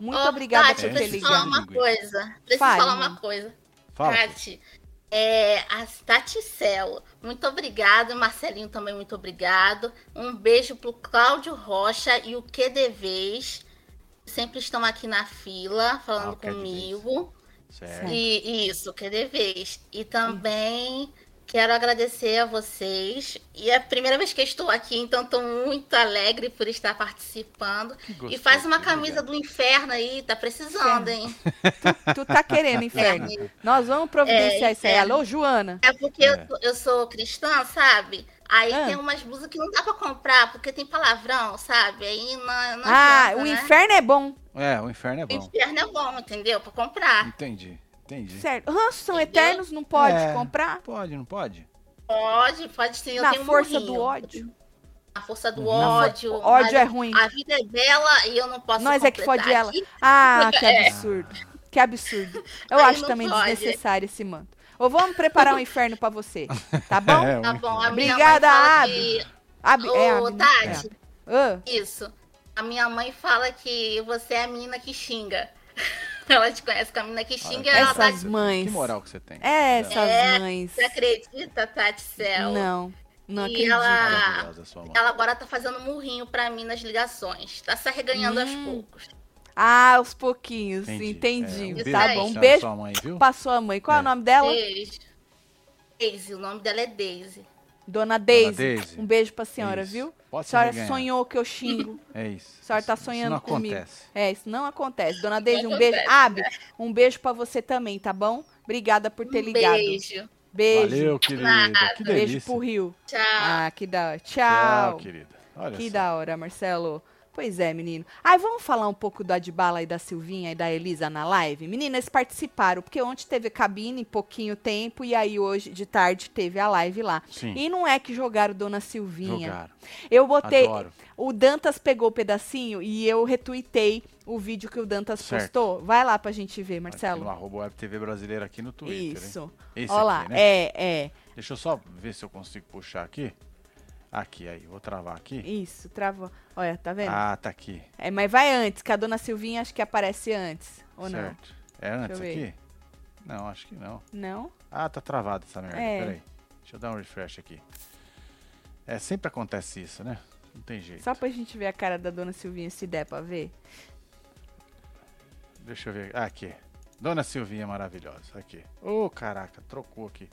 Muito obrigada Tati, por eu ter preciso É, falar ligado. uma coisa. Preciso Fale, falar mãe. uma coisa. Fala. Tati. É, a Tati Cel, muito obrigado. Marcelinho também, muito obrigado. Um beijo pro Cláudio Rocha e o QDVs. Sempre estão aqui na fila Ah, o falando QDVs. comigo. Certo. E isso, QDVs. E também quero agradecer a vocês. E é a primeira vez que eu estou aqui, então estou muito alegre por estar participando. Que e gostoso, faz uma que camisa legal. do inferno aí, tá precisando, hein? Tu tá querendo, É. inferno. Nós vamos providenciar É, isso aí. inferno. Alô, Joana? É porque É. Eu, sou- eu sou cristã, sabe? Aí Ah. tem umas blusas que não dá pra comprar, porque tem palavrão, sabe? Aí não, não Ah, adianta, o né? inferno é bom. É, o inferno é O bom. inferno é bom, entendeu? Pra comprar. Entendi. Entendi. Certo. Ranços são eternos, não pode É. comprar. Pode, não pode? Pode, pode sim. Eu Na tenho um força do burrinho. ódio. Na força do Na for- ódio. mas Ódio é ruim. A vida é bela e eu não posso Nós é que completar fode ela. aqui. Ah, que absurdo. Que absurdo. Eu é. Aí acho não também pode. desnecessário esse manto. Ou vamos preparar um inferno pra você, tá bom? É, o Tá bom, inferno. a minha Obrigada, mãe fala Abby. que... Abi, é, Ô, Abi, né? Tati, É. Ah, isso. A minha mãe fala que você é a menina que xinga. Ela te conhece com a menina que xinga, ela tá essas mães. Que moral que você tem. É, essas É, mães. Você acredita, Tati Cel? Não, não E acredito. ela- é Maravilhosa a sua mão. Ela agora tá fazendo murrinho pra mim nas ligações. Tá se arreganhando aos Hum. poucos. Ah, aos pouquinhos, entendi. É, um Isso tá aí. bom, um pra beijo Sua mãe, viu? pra sua mãe. Qual é, É. o nome dela? Beijo. Daisy, o nome dela é Daisy. Dona Deise. Deise. Um beijo pra senhora, Isso. viu? A Pode se senhora reganhar. sonhou que eu xingo. É isso. A senhora tá Isso- isso sonhando não comigo. acontece. É, isso não acontece. Dona Não Deise, um beijo. acontece, né? Abre, um beijo pra você também, tá bom? Obrigada por ter Um ligado. beijo. Beijo. Valeu, querida. Que delícia. Beijo pro Rio. Tchau. Ah, que da hora. Tchau, Tchau. querida. Olha que só. da hora, Marcelo. Pois é, menino. Ai, vamos falar um pouco da Adbala e da Silvinha e da Elisa na live? Menina, eles participaram, porque ontem teve cabine, pouquinho tempo, e aí hoje, de tarde, teve a live lá. Sim. E não é que jogaram Dona Silvinha. Jogaram. Eu botei. Adoro. O Dantas pegou o pedacinho e eu retuitei o vídeo que o Dantas Certo. postou. Vai lá pra gente ver, Aqui no Marcelo. arroba Web TV Brasileira aqui no Twitter. hein? Isso. Esse Olha lá. aqui, né? É, Deixa eu só ver se eu consigo puxar aqui. Aqui, aí. Vou travar é. aqui. Isso, travou. Olha, tá vendo? Ah, tá aqui. É, mas vai antes, que a dona Silvinha acho que aparece antes. Ou certo. É antes Deixa eu ver. aqui? Não, acho que não. não? Não? Ah, tá travado essa merda. É. Peraí. Deixa eu dar um refresh aqui. É, sempre acontece isso, né? Não tem jeito. Só pra gente ver a cara da dona Silvinha se der pra ver. Deixa eu ver. Ah, aqui. Dona Silvinha maravilhosa. Aqui. Ô, caraca, trocou aqui.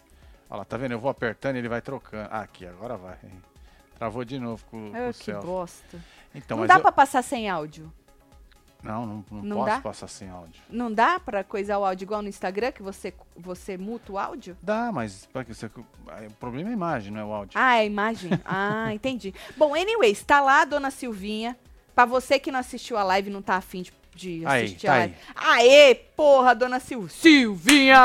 Olha lá, tá vendo? Eu vou apertando e ele vai trocando. Ah, aqui, agora vai. Travou de novo com, com Ah, o que céu. bosta. Então, não mas dá eu- pra passar sem áudio. Não, não, não Não posso dá? passar sem áudio. Não dá pra coisar o áudio igual no Instagram, que você, você muta o áudio? Dá, mas pra que você... o problema é a imagem, não é o áudio. Ah, é a imagem? Ah, entendi. Bom, anyways, tá lá a dona Silvinha. Pra você que não assistiu a live e não tá afim de, de Aí, assistir tá a live. Aê, porra, dona Sil... Silvinha!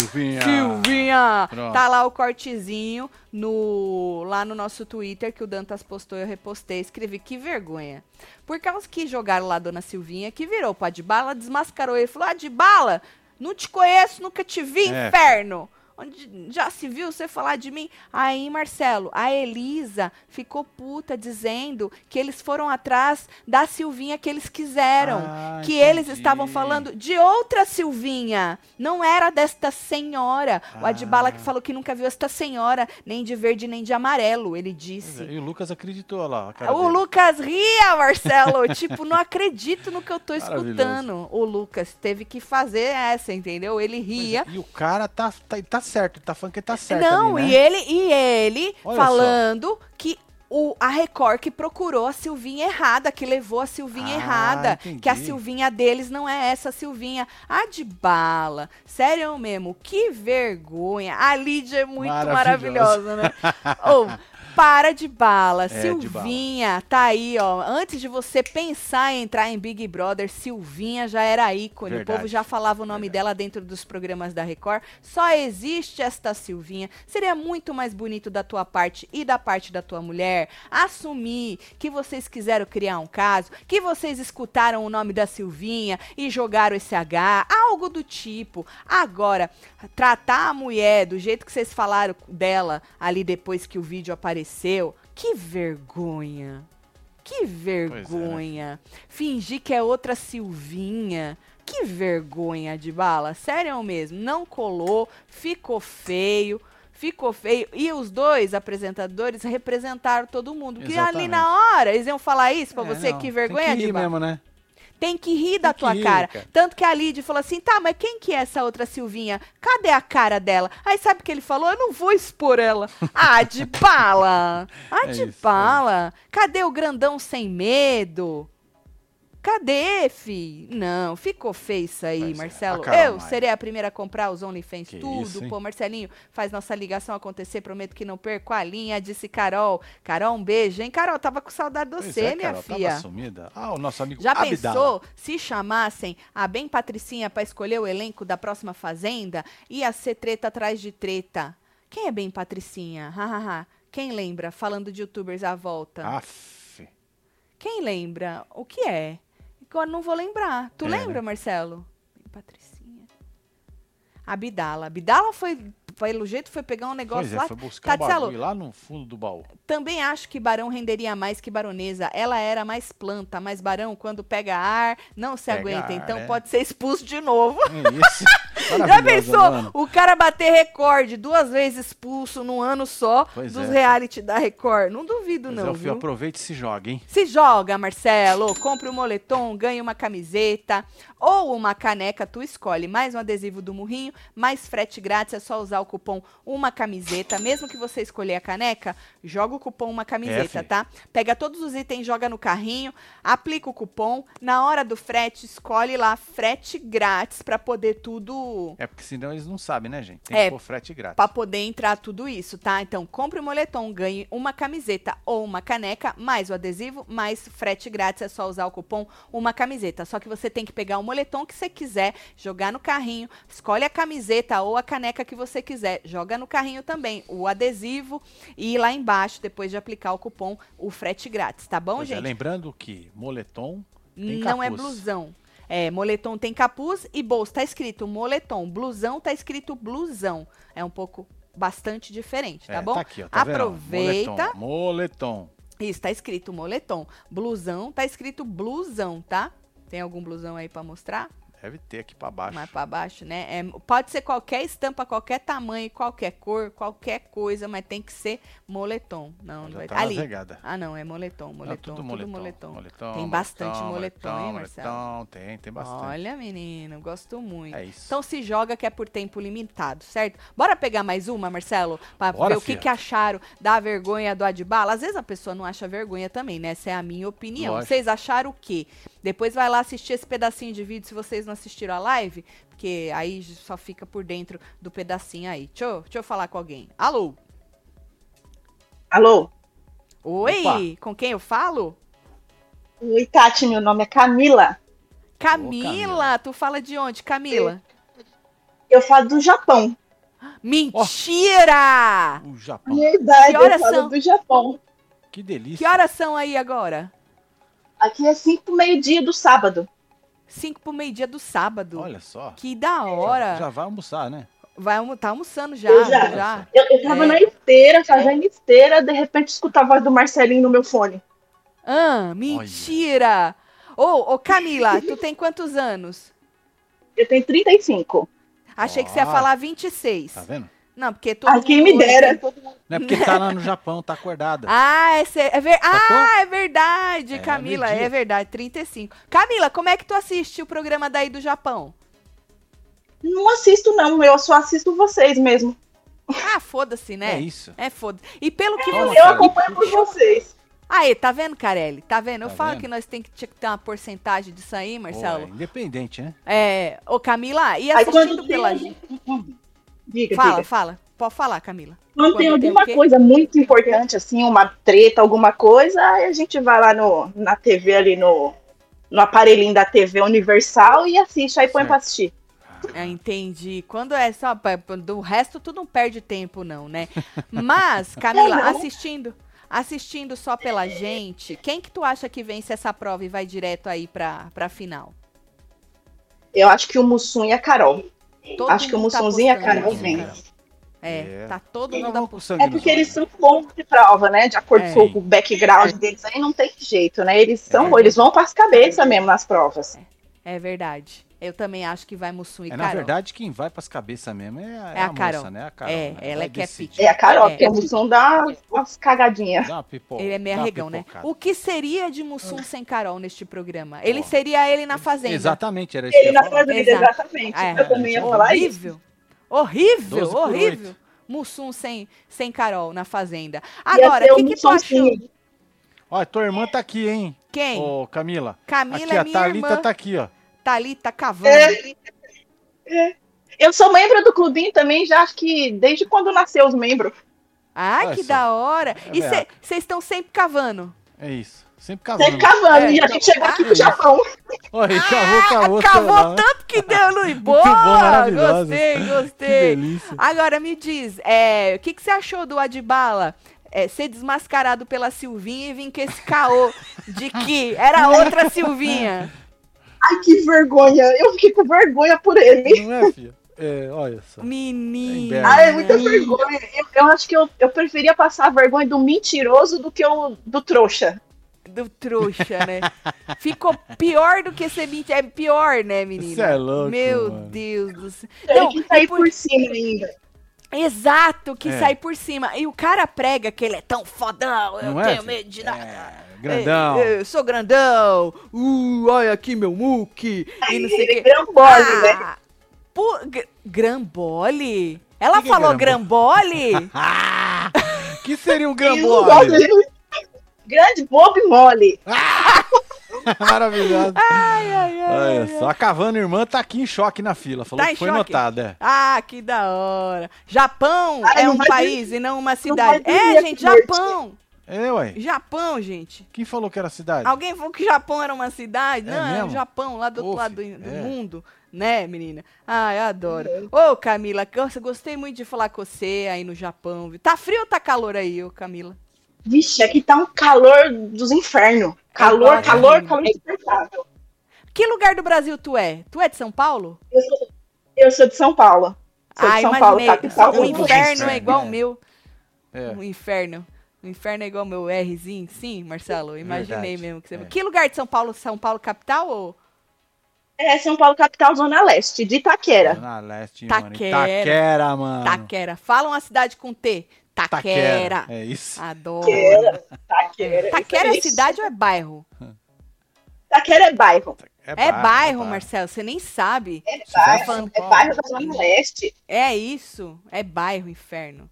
Silvinha! Silvinha! Pronto. Tá lá o cortezinho no lá no nosso Twitter que o Dantas postou, eu repostei, escrevi que vergonha. Por causa que jogaram lá a dona Silvinha, que virou pra Adbala, desmascarou ele e falou: "Adbala, não te conheço, nunca te vi, É. inferno. Onde já se viu você falar de mim? Aí, Marcelo, a Elisa ficou puta dizendo que eles foram atrás da Silvinha que eles quiseram Ah, que entendi. eles estavam falando de outra Silvinha, não era desta senhora. O Ah. Adbala que falou que nunca viu esta senhora, nem de verde nem de amarelo, ele Pois disse. é, E o Lucas acreditou olha lá. a cara O dele. Lucas ria, Marcelo. tipo, não acredito no que eu tô Maravilhoso. escutando. O Lucas teve que fazer essa, entendeu? Ele Pois é, ria. E o cara tá, tá, tá certo, tá falando que ele tá certo. não, ali, né? e ele, e ele Olha falando que o, a Record que procurou a Silvinha errada, que levou a Silvinha Ah, errada. entendi. Que a Silvinha deles não é essa Silvinha. A de bala. Sério mesmo, que vergonha. A Lídia é muito Maravilhosa. É, maravilhosa, né? Ô, para de bala. de bala. Silvinha, tá aí, ó. Antes de você pensar em entrar em Big Brother, Silvinha já era ícone. O Verdade. povo já falava o nome Verdade. dela dentro dos programas da Record. Só existe esta Silvinha. Seria muito mais bonito da tua parte e da parte da tua mulher assumir que vocês quiseram criar um caso, que vocês escutaram o nome da Silvinha e jogaram esse H, algo do tipo. Agora, tratar a mulher do jeito que vocês falaram dela ali depois que o vídeo apareceu, que vergonha. Que vergonha. Fingir que é outra Silvinha. Que Que vergonha de bala, sério mesmo. Não colou, ficou feio. Ficou feio. E os dois apresentadores representaram todo mundo. Porque ali Exatamente. na hora eles iam falar isso pra É, você. não, Que vergonha tem que de rir bala. mesmo, né? Tem que rir da Tem que tua rir, cara. cara. Tanto que a Lid falou assim: tá, mas quem que é essa outra Silvinha? Cadê a cara dela? Aí sabe o que ele falou? Eu não vou expor ela. Ah, de bala! Ah, É de isso, é bala! Cadê o grandão sem medo? Cadê, fi? Não, ficou feio isso aí, Pois é, Marcelo. a Carol Eu Maia. serei a primeira a comprar os OnlyFans Que tudo. isso, hein? Pô, Marcelinho, faz nossa ligação acontecer. Prometo que não perco a linha, disse Carol. Carol, um beijo, hein? Carol, tava com saudade de Pois você, é, minha Carol, filha. Tava sumida. Ah, o nosso amigo Já Abdala. pensou se chamassem a Bem Patricinha pra escolher o elenco da próxima Fazenda? Ia ser treta atrás de treta. Quem é Bem Patricinha? Ha, ha, ha. Quem lembra? Falando de youtubers à Ah. volta. Aff. Quem lembra? O que é? Agora não vou lembrar. Tu É, lembra, né? Marcelo? Bem Patricinha. A Bidala. A Bidala foi, pelo jeito, foi pegar um negócio Pois é, lá. tá foi buscar um Tatielo. bagulho lá no fundo do baú. Também acho que Barão renderia mais que Baronesa. Ela era mais planta, mas Barão, quando pega ar, não se Pega aguenta. ar, então é. pode ser expulso de novo. É Já isso. Maravilhosa, pensou? mano. O cara bater recorde duas vezes expulso num ano só Pois dos é. reality da Record. Não duvido, Pois é, não. o Fio, viu? aproveita e se joga, hein? Se joga, Marcelo. Compre um moletom, ganhe uma camiseta ou uma caneca. Tu escolhe mais um adesivo do Murrinho, mais frete grátis. É só usar o cupom Uma Camiseta. Mesmo que você escolher a caneca, joga o cupom Uma Camiseta, fi. tá? Pega todos os itens, joga no carrinho, aplica o cupom. Na hora do frete, escolhe lá frete grátis pra poder tudo É porque senão eles não sabem, né, gente? Tem É. que pôr frete grátis. Pra poder entrar tudo isso, tá? Então, compre o moletom, ganhe uma camiseta ou uma caneca, mais o adesivo, mais frete grátis. É só usar o cupom Uma Camiseta. Só que você tem que pegar o moletom que você quiser, jogar no carrinho, escolhe a camiseta ou a caneca que você quiser, joga no carrinho também, o adesivo e lá embaixo, depois de aplicar o cupom, o frete grátis, tá bom, Pois é, gente? lembrando que moletom tem Não é capuz. blusão. É, moletom tem capuz e bolsa tá escrito moletom. Blusão tá escrito blusão. É um pouco bastante diferente, tá é, bom? Tá aqui, ó, tá vendo? Aproveita. Moletom. moletom. Isso, tá escrito moletom. Blusão tá escrito blusão, tá? Tem algum blusão aí pra mostrar? Deve ter aqui pra baixo. Mais pra baixo, né? É, pode ser qualquer estampa, qualquer tamanho, qualquer cor, qualquer coisa, mas tem que ser moletom. Não, não Já vai tá Ali. nasregada. Ah, não, é moletom, moletom, Não, Tá tudo moletom. moletom, Tem bastante moletom, moletom, hein, moletom, tem, tem bastante. Olha, menino, gosto muito. é isso. Então se joga que é por tempo limitado, certo? Bora pegar mais uma, Marcelo, pra Bora, ver o que, fia. que acharam da vergonha do Adbala. Às vezes a pessoa não acha vergonha também, né? Essa é a minha opinião. Lógico. Vocês acharam o quê? Depois vai lá assistir esse pedacinho de vídeo se vocês não assistiram a live, porque aí só fica por dentro do pedacinho aí. Deixa eu, deixa eu falar com alguém. Alô? Alô? Oi? Opa. Com quem eu falo? Oi, Tati, meu nome é Camila. Camila, Camila. tu fala de onde, Camila? Eu falo do Japão. Mentira! O Japão. Verdade, Que horas eu falo são? do Japão. Que delícia. Que horas são aí agora? Aqui é 5 meio-dia do sábado. 5 pro meio-dia do sábado. Olha só. Que da Já, hora. já vai almoçar, né? Vai almo tá almoçando já, Eu já. já. Eu, eu tava É. na esteira, fazendo esteira, de repente escutar a voz do Marcelinho no meu fone. Ah, mentira. Ô, ô Camila, tu tem quantos anos? Eu tenho 35. Achei que você ia Ó. falar 26. Ah. Tá vendo? Não, porque todo Ah, quem me mundo hoje dera. tem- Não é porque tá lá no Japão, tá acordada. Tá Ah, é, cê- é ver- ah, é verdade, É, Camila, meio-dia. é verdade, 35. Camila, como é que tu assiste o programa daí do Japão? Não assisto, não. Eu só assisto vocês mesmo. Ah, foda-se, é né? isso. É, foda. E pelo que Toma, você Eu cara. acompanho por vocês. Aí, tá vendo, Carelli? Tá vendo? Eu Tá falo vendo? que nós tem que, tinha que ter uma porcentagem disso aí, Marcelo. Pô, é independente, né? É, ô Camila, e Aí assistindo quando tem né? pela algum- gente. Diga, Fala, diga. fala. Pode falar, Camila. Quando, quando tem tem alguma o quê? coisa muito importante, assim, uma treta, alguma coisa, aí a gente vai lá no, na TV, ali no, no aparelhinho da TV Universal e assiste, aí põe Certo. pra assistir. Ah. É, entendi. Quando é só. pa- pa- Do resto, tu não perde tempo, não, né? Mas, Camila, Não. assistindo. Assistindo só pela gente, quem que tu acha que vence essa prova e vai direto aí pra, pra final? Eu acho que o Mussum e a Carol. Todo acho que o mundo tá Mussunzinho e a apostando Carol nisso, vem. Carol. É, É. tá todo Não mundo vão com apostando. sangue É nos porque olhos, eles né? são bons de prova, né? De acordo É. com o background deles aí, não tem jeito, né? Eles são, É. eles vão para as cabeças mesmo nas provas. É verdade. Eu também acho que vai Mussum e É, na Carol. verdade, quem vai pras cabeças mesmo é, a- é É a a, Carol. moça, né? A Carol. É, né? ela é que é decide. pique. É a Carol, É. porque a Mussum dá umas cagadinhas. Dá uma pipo- Ele é meio dá uma arregão, né? pipocada. O que seria de Ah. Mussum sem Carol neste programa? Ele Porra. seria ele na fazenda. é Exatamente, era isso que Ele eu ia na falar. fazenda, Exato. exatamente. É. Eu também ia falar isso. horrível. Horrível, 12 por horrível. oito. Mussum sem, sem Carol na fazenda. Ia Agora, ser o que, um que tu achou? sonsinho. Olha, tua irmã tá aqui, hein? Quem? Ô, Camila. Camila é aqui, a minha Thalita irmã. tá aqui, ó. Thalita Cavani. É. É. Eu sou membro do clubinho também, já acho que desde quando nasceu os membros. Ai, Olha que só. da hora. e É, vocês estão sempre cavando. É isso. Sempre casando. Sempre cavando, É. e a gente chegou aqui Ah, pro Japão. Olha, Ah, cavou, cavou. Cavou tá lá. tanto que deu, Luiz. bom, Boa! maravilhosa. Gostei, Que gostei. delícia. Agora me diz, é, o que, que você achou do Adibala é, ser desmascarado pela Silvinha e vir com esse caô de que era outra Silvinha? Ai, que vergonha. Eu fiquei com vergonha por ele. Não é, filha? É, olha só. Menina. Embera. Ah, é muita vergonha. Eu, eu acho que eu, eu preferia passar a vergonha do mentiroso do que o do trouxa. Do trouxa, né? Ficou pior do que ser mentira. É pior, né, menina? Você é louco, Meu mano. Deus do céu. Tem Não, que sair e por- por... cima ainda. Exato, que É. sai por cima. E o cara prega que ele é tão fodão, eu Não é, tenho filha? medo de nada. É, grandão. Eu, eu sou grandão. Uh, olha aqui meu muque. E não sei o Ele quê. vira um bode, né? Ah, pu- gr- Grambole? Ela Que que é falou grambole? Ah! que seria um E o bode, gambole? ele- Grande bobo e mole. Maravilhoso. Ai, ai, ai. Olha só, a Cavana Irmã tá aqui em choque na fila. Falou Tá em que foi choque? notada. é. Ah, que da hora. Japão Ai, é não um vai país e não uma cidade. vai é, dormir gente, essa noite. Japão. É, ué. Japão, gente. Quem falou que era cidade? Alguém falou que Japão era uma cidade? É não, é o mesmo? Japão, lá do outro Ô, lado do, filho, do é. mundo. Né, menina? Ai, eu adoro. É. Ô, Camila, nossa, gostei muito de falar com você aí no Japão. viu? Tá frio ou tá calor aí, ô, Camila? Vixe, aqui tá um calor dos infernos. Calor, Agora, calor, menina. calor insuportável. Que lugar do Brasil tu é? Tu é de São Paulo? Eu sou, eu sou de São Paulo. Sou ah, de São imaginei. Paulo, capital o do mundo. inferno é igual o É. meu. É. O inferno. O inferno é igual o meu Rzinho. Sim, Marcelo, eu imaginei É Verdade, mesmo. Que, você... é. que lugar de São Paulo? São Paulo capital ou? É São Paulo, capital, zona leste, de Itaquera. Zona Leste, mano. Taquera. Itaquera, mano. Taquera. Fala uma cidade com T. Taquera. É isso. Adoro. Taquera, Ah, Taquera. Taquera é isso. cidade ou é bairro? Taquera é bairro. É bairro, Marcelo. Marcelo, você nem sabe. É Você tá em bairro, São é Paulo. bairro da zona leste. É isso, é bairro, inferno.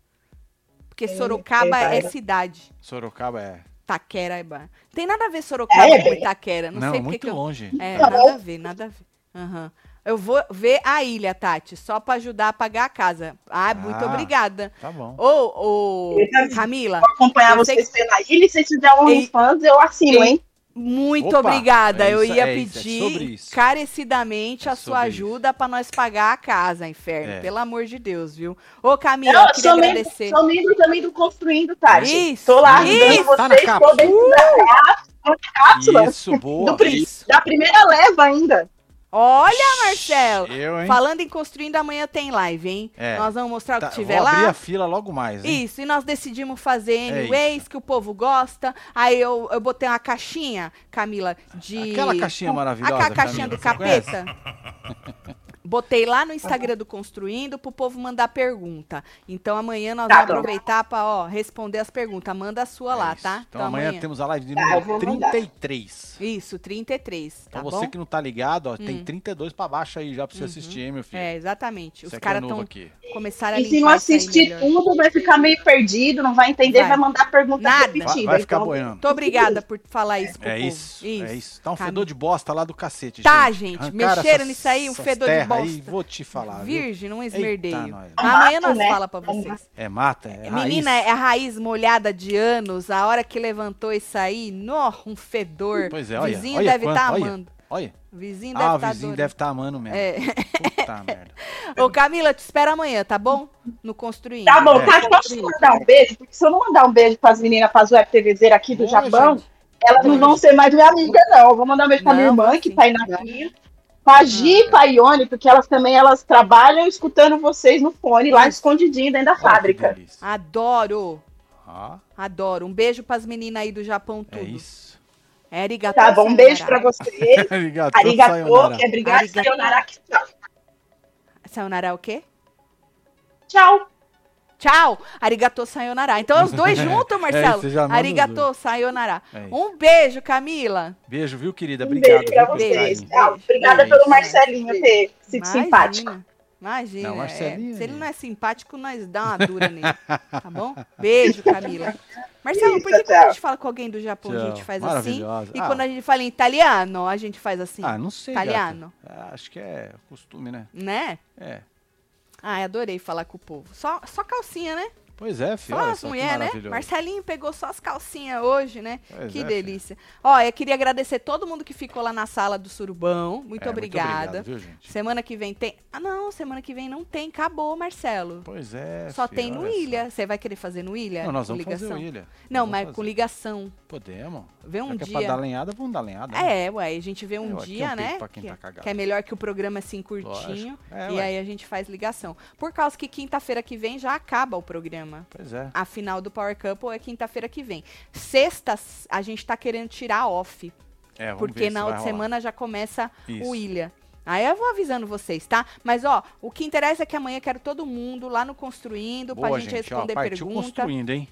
Porque Sorocaba é, bairro. cidade, Sorocaba é. Taquera é bairro. Tem nada a ver Sorocaba É, com bem. Itaquera, não, Não, sei porque muito que eu... longe. É, Não. nada a ver, nada a ver. Aham. Eu vou ver a ilha, Tati, só pra ajudar a pagar a casa. Ah, muito Ah. obrigada. Tá bom. Ô, ô, Eu também. Camila, Vou acompanhar Eu sei vocês pela ilha. e Se tiver um Ei. fãs, eu assino, Ei. hein? muito Opa, obrigada. é eu isso- ia é isso, é pedir sobre isso. encarecidamente É a sua sobre isso. ajuda pra nós pagar a casa, inferno. É. Pelo amor de Deus, viu? Ô, Camila, eu Eu queria sou membro, agradecer. sou membro também do Construindo, Tati. Isso, Tô lá isso. Uh! ajudando Tá na vocês, cápsula. tô dentro da cápsula- cápsula Isso, boa. do pri- isso. da primeira leva ainda. Olha, Marcelo! Eu, hein? Falando em construindo, amanhã tem live, hein? É. Nós vamos mostrar o Tá, que vou tiver abrir lá. a fila logo mais, hein? Isso, e nós decidimos fazer É anyways, que o povo gosta. Aí eu, eu botei uma caixinha, Camila, de. Aquela caixinha maravilhosa. Aquela caixinha Camila, do você conhece? capeta. Botei lá no Instagram do Construindo pro povo mandar pergunta. Então amanhã nós Tá vamos bom. aproveitar pra ó, responder as perguntas. Manda a sua É lá, isso. tá? Então, amanhã, temos a live de Tá, eu número vou mandar. 33. Isso, 33, tá então bom? Uhum. você que não tá ligado, ó, tem 32 pra baixo aí já pra você assistir, hein, meu filho? É, exatamente. Você Os que é caras novo estão aqui. começaram a E se não limpar isso aí assistir melhor. tudo, vai ficar meio perdido, não vai entender, Vai. vai, mandar pergunta Nada. repetida. Vai, vai ficar Então, boiando. Muito obrigada por falar isso pro É povo. isso, é isso. Tá um fedor de bosta lá do cacete, Tá, gente, mexeram essas- nisso aí, um essas fedor de terra Aí, bosta. vou te falar, viu? Virgem, não esmerdeio. Eita, nós. Mas amanhã Mato, nós né? fala pra vocês. É mata, é raiz. Menina, é a raiz molhada de anos. A hora que levantou isso aí, nó, um fedor. Pois é, olha, Vizinho olha deve quanto, estar olha. amando. Olha, Vizinho deve tá É. ah, o estar vizinho deve estar amando mesmo. Puta merda. Ô, Camila, eu te espero amanhã, tá bom? No Construindo. Tá bom, É. Tati, posso te mandar um beijo? Porque se eu não mandar um beijo pras meninas, pras UFTVZ aqui do Ô, Japão, gente, elas não vão ser mais minha amiga, não. Eu vou mandar um beijo pra minha Não, irmã, vai que sim. tá aí na fila. Pra Gi e pra Ione, porque elas também elas trabalham escutando vocês no fone, lá escondidinho dentro da olha que fábrica. delícia. Adoro, Ah, adoro. Um beijo pras meninas aí do Japão, tudo. é isso. É Arigato. Tá bom, um beijo pra vocês. Arigato, Arigato, sayonara. que é obrigado, Arigato. sayonara, que tchau. Sayonara é o quê? Tchau. Tchau! Arigato sayonara. Então é os dois juntos, Marcelo. você já manda os Arigato dois. sayonara. É isso. Um beijo, Camila. Beijo, viu, querida? Um Obrigado. beijo pra viu, pelo vocês. carinho. Tchau. Obrigada É pelo isso. Marcelinho ter sido simpático. Imagina. Não, Marcelinho, é, se ele gente. não é simpático, nós dá uma dura nele. Tá bom? Beijo, Camila. Marcelo, por que Isso, quando a tchau. gente fala com alguém do Japão, a gente Tchau. faz assim? Maravilhosa. E ah, quando a gente fala em italiano, a gente faz assim, ah, não sei. gata. Italiano. Ah, acho que é costume, né? né? É. Ai, adorei falar com o povo. Só, só calcinha, né? Pois é, filho. Só Olha as só que mulheres, né? maravilhoso. Marcelinho pegou só as calcinhas hoje, né? Pois que é, filho. delícia. Ó, eu queria agradecer todo mundo que ficou lá na sala do Surubão. Muito É, obrigada. Muito obrigado, viu, gente? semana que vem tem. Ah, não, semana que vem não tem. Acabou, Marcelo. Pois é. só filho, tem no olha só. Ilha. Você vai querer fazer no Ilha? Não, nós Com vamos ligação? fazer o ilha. Não, Nós vamos mas fazer. com ligação. Podemos. Vê um Já que é pra dia. dar lenhada, vamos dar lenhada. né? É, ué, a gente vê um Eu, aqui é dia, um né? pico pra quem que, tá cagado. que é melhor que o programa assim curtinho. Lógico. É, e ué. aí a gente faz ligação. Por causa que quinta-feira que vem já acaba o programa. Pois é. A final do Power Couple é quinta-feira que vem. Sexta, a gente tá querendo tirar off. É, vamos ver porque se na vai outra rolar. semana já começa Isso. o Ilha. Aí eu vou avisando vocês, tá? Mas, ó, o que interessa é que amanhã eu quero todo mundo lá no Construindo pra Boa, gente, ó, responder partiu pergunta. construindo, hein?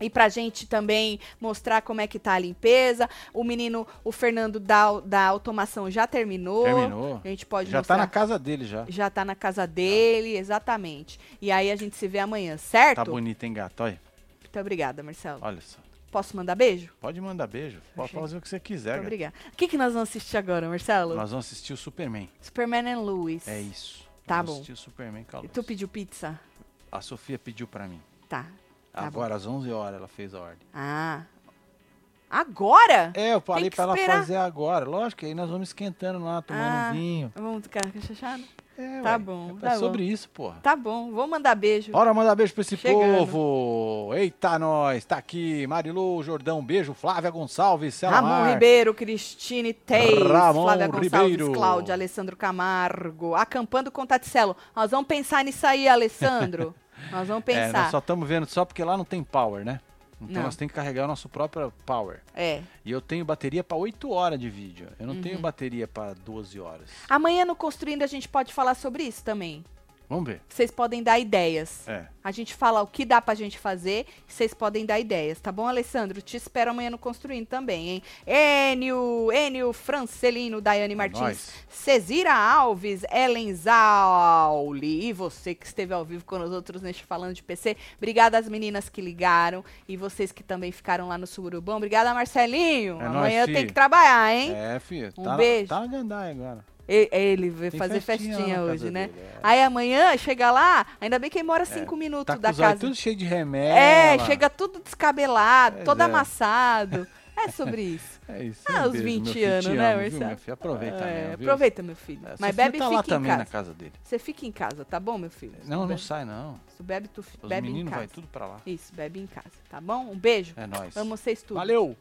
E pra gente também mostrar como é que tá a limpeza. O menino, o Fernando da, da automação já terminou. Terminou. A gente pode Já mostrar. tá na casa dele já. Já tá na casa dele, exatamente. E aí a gente se vê amanhã, certo? Tá bonito, hein, gato? Olha, Muito obrigada, Marcelo. olha só. Posso mandar beijo? Pode mandar beijo. Pode Achei. fazer o que você quiser, Muito gato. obrigada. O que, que nós vamos assistir agora, Marcelo? Nós vamos assistir o Superman. Superman and Lewis. É isso. Tá Vamos bom. assistir o Superman com a E Lois. tu pediu pizza? A Sofia pediu pra mim. Tá. Tá bom. Agora, às 11 horas, ela fez a ordem. Ah. Agora? É, eu falei Ah, que pra ela esperar. fazer agora. Lógico, que aí nós vamos esquentando lá, tomando Ah. um vinho. Vamos ficar chachado? É, Tá ué. bom, É tá bom. sobre isso, porra. Tá bom, vou mandar beijo. Bora mandar beijo pra esse Chegando. povo. Eita, nós. Tá aqui Marilu Jordão. Beijo. Flávia Gonçalves. Célia Ramon Mar. Ribeiro, Cristine Teis, Ramon Flávia Gonçalves, Ribeiro. Cláudia, Alessandro Camargo, acampando com Taticelo. Nós vamos pensar nisso aí, Alessandro. Nós vamos É, nós pensar. É, só estamos vendo só porque lá não tem power, né? Então Não. nós temos que carregar o nosso próprio power. É. E eu tenho bateria pra 8 horas de vídeo. Eu não Uhum. tenho bateria pra 12 horas. Amanhã no Construindo a gente pode falar sobre isso também. Vamos ver. Vocês podem dar ideias. É. A gente fala o que dá pra gente fazer, vocês podem dar ideias, tá bom, Alessandro? Te espero amanhã no Construindo também, hein? Enio, Enio Francelino, Daiane Martins, é nóis. Cezira Alves, Ellen Zauli e você que esteve ao vivo com nós outros neste Falando de PC. Obrigada às meninas que ligaram e vocês que também ficaram lá no Surubão. Obrigada, Marcelinho. É nóis, amanhã eu fi. tenho que trabalhar, hein? É, filho. Um tá, na- beijo. Tá na gandaia agora. E- Ele vai Tem fazer festinha, festinha lá na hoje, casa né? dele, é. Aí amanhã chega lá, ainda bem que ele mora cinco minutos Tá com da os olhos casa tudo cheio de remédio. É, chega tudo descabelado, Pois todo é. amassado. É sobre isso. É isso. Ah, um os beijo, 20 meu filho. Te anos, amo, né, viu, Marcelo? meu filho? Aproveita É, mesmo, viu? aproveita, meu filho. É, Sofia Mas bebe e tá fica lá em também casa. na casa dele. Você fica em casa, tá bom, meu filho? Se Não, tu não bebe, sai, não. se tu bebe, tu fi- Os bebe em meninos casa. vai tudo pra lá. Isso, bebe em casa, tá bom? Um beijo. É nóis. Amo vocês tudo. Valeu!